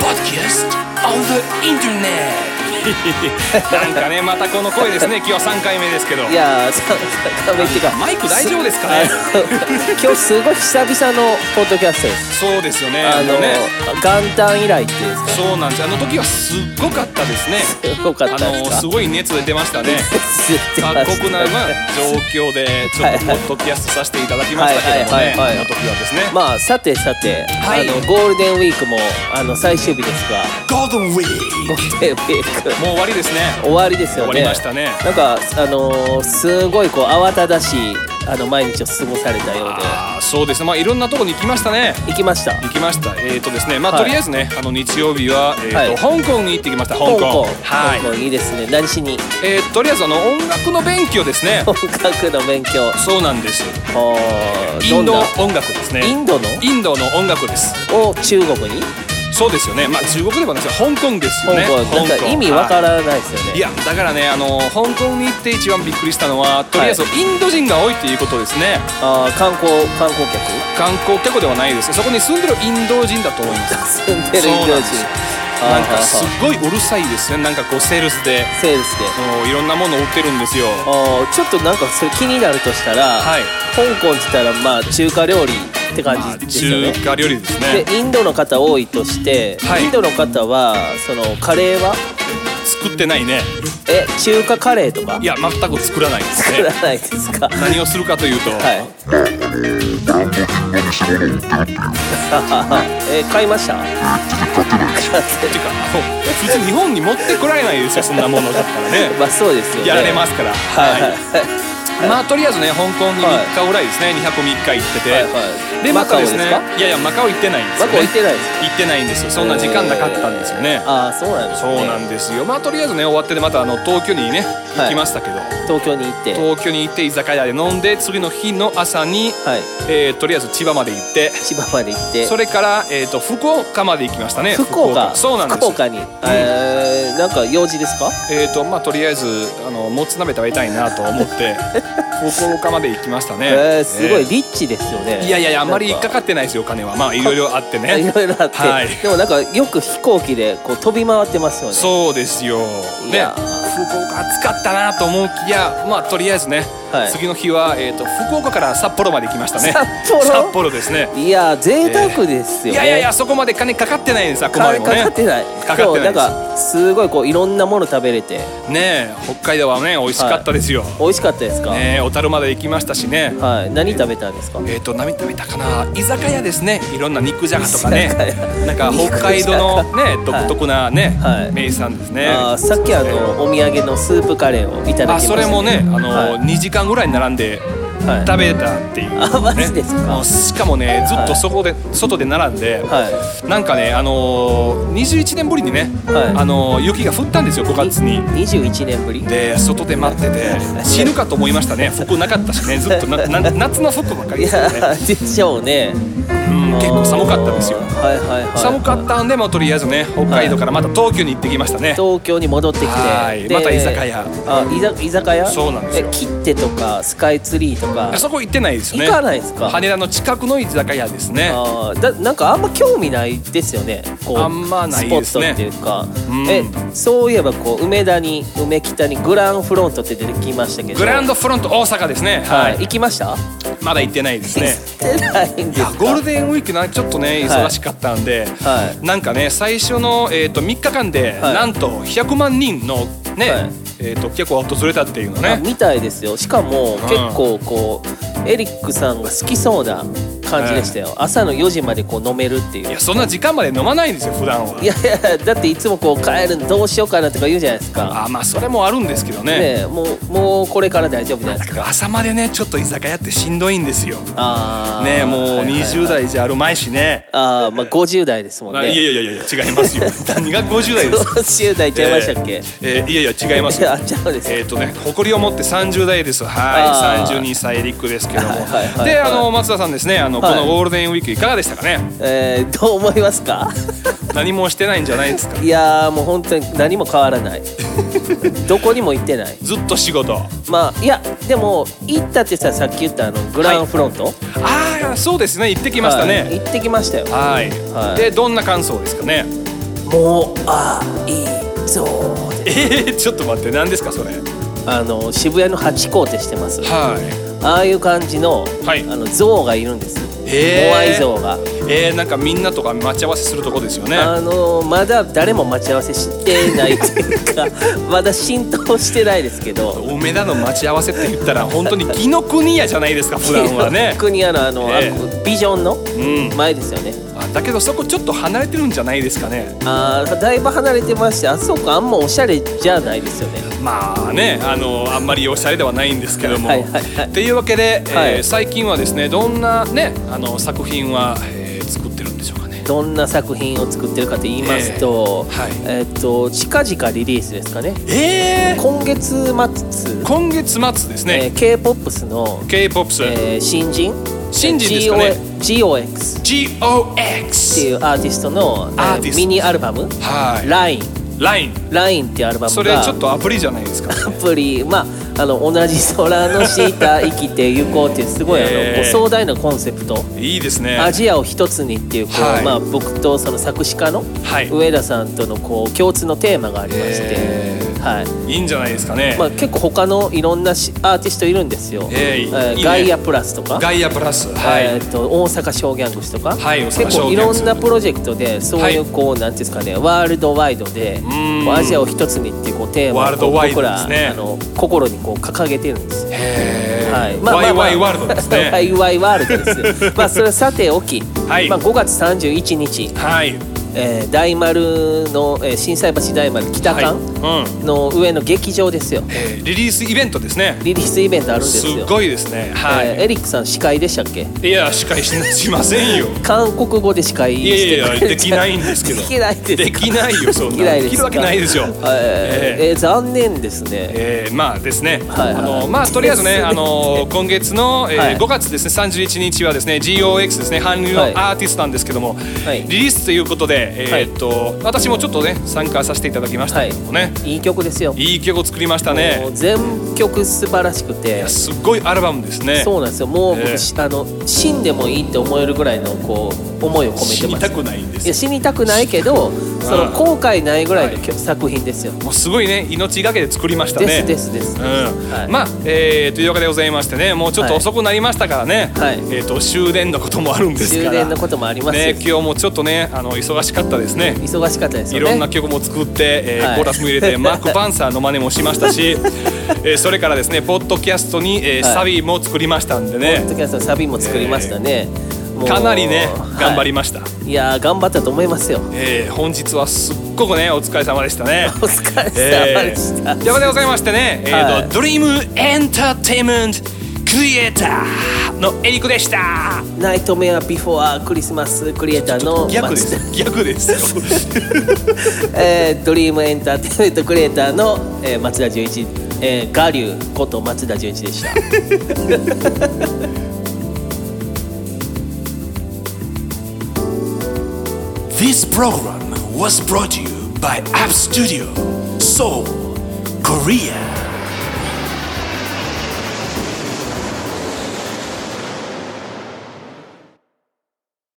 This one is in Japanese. podcast on the internet なんかねまたこの声ですね今日は3回目ですけどいやー、さ、さ、めっていうか。マイク大丈夫ですかねすあの今日すごい久々のポッドキャストです。そうですよねああののね、元旦以来っていうんですそうなんですあの時はすっごかったですねか。すごかあったですのか。すごい熱出てましたねすいませ過ん酷な、まあ、状況でちょっとポッドキャストさせていただきましたけどもはいはねいはいはいあの時はですね、まあ、さてさて、はいあのゴールデンウィークも、あの最終日ですが。 Golden Week ゴールデンウィーク。もう終わりですね終わりですよ終ね。わりましたねなんか、あのーすごいこう慌ただしい、あの毎日を過ごされたようで。あーそうですねまあいろんなところに行きましたね行きました。行きましたえっ、とですねまあ、はいとりあえずねあの日曜日は、えーと香港に行ってきました香港香港。はい香港いいですね。何しに。えーとりあえずあの音楽の勉強ですね音楽の勉強。そうなんですおーインドどんな音楽ですねインドのインドの音楽ですを中国にそうですよねまあ中国ではないですけど香港です香よね港、なんか意味わかはいらないですよね、いやだからねあの香港に行って一番びっくりしたのはとりあえずインド人が多いということですね、あー観光観光客観光客ではないですそこに住んでるインド人だと思います住んでるインドそうなん人です あーなんかすはごいうるさいですねなんかこうセールスでいセールスでもういろんなものを売ってるんですよあーちょっとなんかそれ気になるとしたら、はい香港って言ったらまあ中華料理ってま感あじですよね中、華料理ですねでインドの方多いとして、はいインドの方はそのカレーは作ってないねえ中華カレーとかいや全く作らないです 作ねらないですかは何をするかというと、い え買いました買っててかあの普通日本に持ってこられない ですよそんなものだったらねまあそうですよねやられますから、はいはいはい、まあとりあえずね香港にはい3日ぐらいですね、2泊3日行ってて、はいはいでマまカたオでですすねかいやいやマカオ行ってないんですよ、ね、マカオ行ってないです行ってないんですよそんな時間なかったんですよねああそうなんですそねうなんですよまあとりあえずね終わってでまたあの東京にねはい行きましたけど、東京に行っては東京に行って居酒屋で飲んで次の日の朝に、いえーとりあえず千葉まで行って千葉まで行ってそれから、えー、と福岡まで行きましたね福岡そうなんです福岡に、えー、なんか用事ですかえーとまあ、とりあえずあのもつ鍋食べたいなと思って 福岡まで行きましたねえー、すごいえリッチですよね、ーいやいやいやあんまり引っかかっってないですよお金はまあいろいろあって いねろいろあって、はいでもなんかよく飛行機でこう飛び回ってますよねそうですよいねや福岡暑かったなと思うきやまあとりあえずね、はい次の日は、えー、と福岡から札幌まで行きましたね札幌札幌ですねいやー贅沢でいすよね、やいやいやそこまで金かかってないんですあくま金でかもねかってないかかってないですそうなんかすごいこういろんなもの食べれてねえ北海道はね美味しかったですよ、美味しかったですか、ねえ小樽まで行きましたしねはい何食べたんですかえー、と何食べたかな居酒屋ですねいろんな肉じゃがとかね居酒屋なんか北海道のね肉じゃが独特なね、はい名産ですねあーさっきあのお土産のスープカレーをいただきまあしたそれもねあの、はい2時間ぐらい並んではい食べたっていう、ねあマジですかもうしかもねずっとそこで、外で並んで、はなんかねあのー、21年ぶりにね、はいあのー雪が降ったんですよ5月に。い21年ぶりで外で待って て死ぬかと思いましたね服なかったしねずっとなな夏の服ばっかりいですよね、やでしょうねうん、結構寒かったですよはいはいはい寒かったんで、まあ、とりあえずね北海道からまた東京に行ってきましたね、東京に戻ってきてはいでまた居酒屋あ居酒居酒屋そうなんですよえ切手とかスカイツリーとかあそこ行ってないですね行かないですか羽田の近くの居酒屋ですねあーだなんかあんま興味ないですよねこうあんまないですねスポットっていうか、うんえそういえばこう梅田に梅北にグランフロントって出てきましたけどグランドフロント大阪ですねははいい行きましたまだ行ってないですね行ってないんですいやかゴールデンウィークなちょっとねはい忙しかったんで、はなんかね最初の、えー、と3日間で、はいなんと100万人のね、はいえー、と結構訪れたっていうのあねみたいですよしかも結構こう、エリックさんが好きそうな感じでしたよ、朝の4時までこう飲めるっていういいやそんな時間まで飲まないんですよ普段はいやいやだっていつもこう帰るのどうしようかなとか言うじゃないですかあまあそれもあるんですけどねねえもうもうこれから大丈夫じゃないでだすけかど朝までねちょっと居酒屋ってしんどいんですよあーねえもうはいはいはい20代じゃあるまいしね。あーまあ50代ですもんあいやねいやいやいや違います よ。何が50代ですか。 50代ちゃいましたっけ、えーいやいや違いますいやよ。 あちゃうんですかえっ、とね誇りを持って30代です。はあいー32歳リックですけども。はいはいはいはいであの松田さんですねあの、はいこのゴールデンウィークいかがでしたかね。えーどう思いますか 何もしてないんじゃないですか。いやーもう本当に何も変わ らないどこにも行ってないずっと仕事。まあいやでも行ったってささっき言ったあのグランフロント、ああそうですね行ってきましたはいね。行ってきましたよはい。はいでどんな感想ですかね。ももうあいいぞってえー、ちょっと待って何ですかそれあの渋谷のハチ公ってしてますはああいう感じの,、はいあの像がいるんですへーモアイ像が、いえー、なんかみんなとか待ち合わせするとこですよねあのまだ誰も待ち合わせしてないという かまだ浸透してないですけど梅田の待ち合わせって言ったら本当に紀ノ国屋じゃない ですか普段はね国屋のあの、ええあのビジョンのうん前ですよねあだけどそこちょっと離れてるんじゃないですかねあーだいぶ離れてましてあそこあんまおしゃれじゃないですよねまあねあのあんまりおしゃれではないんですけども。はいはいはいっていうわけで、えーはい最近はですねどんなねあの作品は、えー作ってるんでしょうかね。どんな作品を作ってるかと言いますと、ええはいえっと近々リリースですかねえー、今月末、今月末ですえね、ー、k p o p の、 K-POP、えー新人新人ですかね GO GOX っ GOX ていうアーティストの、えーアーティストミニアルバムはい LINE LINE LINE っていうアルバムがそれちょっとアプリじゃないですか。アプリまああの同じ空の下生きて行こうっていうすごいあの、えー壮大なコンセプトいいですね。アジアを一つにっていうこう、はいまあ、僕とその作詞家のはい上田さんとのこう共通のテーマがありまして、えはいーいいんじゃないですかね。まあ、結構他のいろんなしアーティストいるんですよ、えーいいいいねガイアプラスとか、ガイアプラスはい、えー、と大阪小ギャングスとか、はい大阪結構小ギいャンろグスんなプロジェクトでそういはうこう、なんていうんですかねワールドワイドでんこうアジアを一つにっていうこうテーマワールドをワイ僕ドでら、すねあの心にこう掲げてるんですよえーはい、ワイワイワールドです ワね。イワイワー ルドですよ。まあそれはさておき、はいまあ5月31日、はい。えー大丸の、えー、震災橋大丸北はい。館うん。の上の劇場ですよ。えーリリースイベントですね。リリースイベントあるんですすよ。ごいですね。はい。えーエリックさん司会でしたっけ？いや司会ししませんよ。韓国語で司会いやいしてやいやできないんですけど。できないですかできないよそんな。できないですかきるわけないですよ。えーえー残念ですね。えーまあですね、はいはいあのまあとりあえずでねすねあ の今月の、えーはい5月ですね31日はですね GOX ですね韓流のはいアーティストなんですけども、はいリリースということで、えーっと私もちょっとね参加させていただきましたけどもね、いい曲ですよ。い、い曲を作りましたもうね全曲素晴らしくて。すっごいアルバムですねそうなんですよ。もう、ええあの死んでもいいって思えるぐらいのこう思いを込死めてにます。たくないんでいすやよ死にたくないけど、その後悔ないぐらいの、は作品ですよ。もうすごいね命がけで作りましたねですですです。うんはいまあ、えーというわけでございましてねもうちょっとはい遅くなりましたからね、はいえー、と終電のこともあるんですか終ら電のこともありますねよ、今日もちょっとねあの忙しかったですね忙しかったですいよね。ろんな曲も作って、えーはいコーラスも入れ てマーク・パンサーの真似もしましたし、えーそれからですねポッドキャストに、えーはいサビも作りましたんでねポッドキャストのサビも作りましたね。もうかなりね頑張りまました、す。いやー頑張ったと思いますよ。えー本日はすっごくねお疲れ様でしたね お疲れ様えでしーた。というわけでございましてね、えーはいとドリームエンターテインメントクリエイターのエリクでしたナイトメアビフォアクリスマスクリエイターの逆で松田す逆ですよえードリームエンターテインメントクリエイターの、えー松田純一、えー、ガリューこと松田純一でした。 This program was brought to you by App Studio, Seoul, Korea.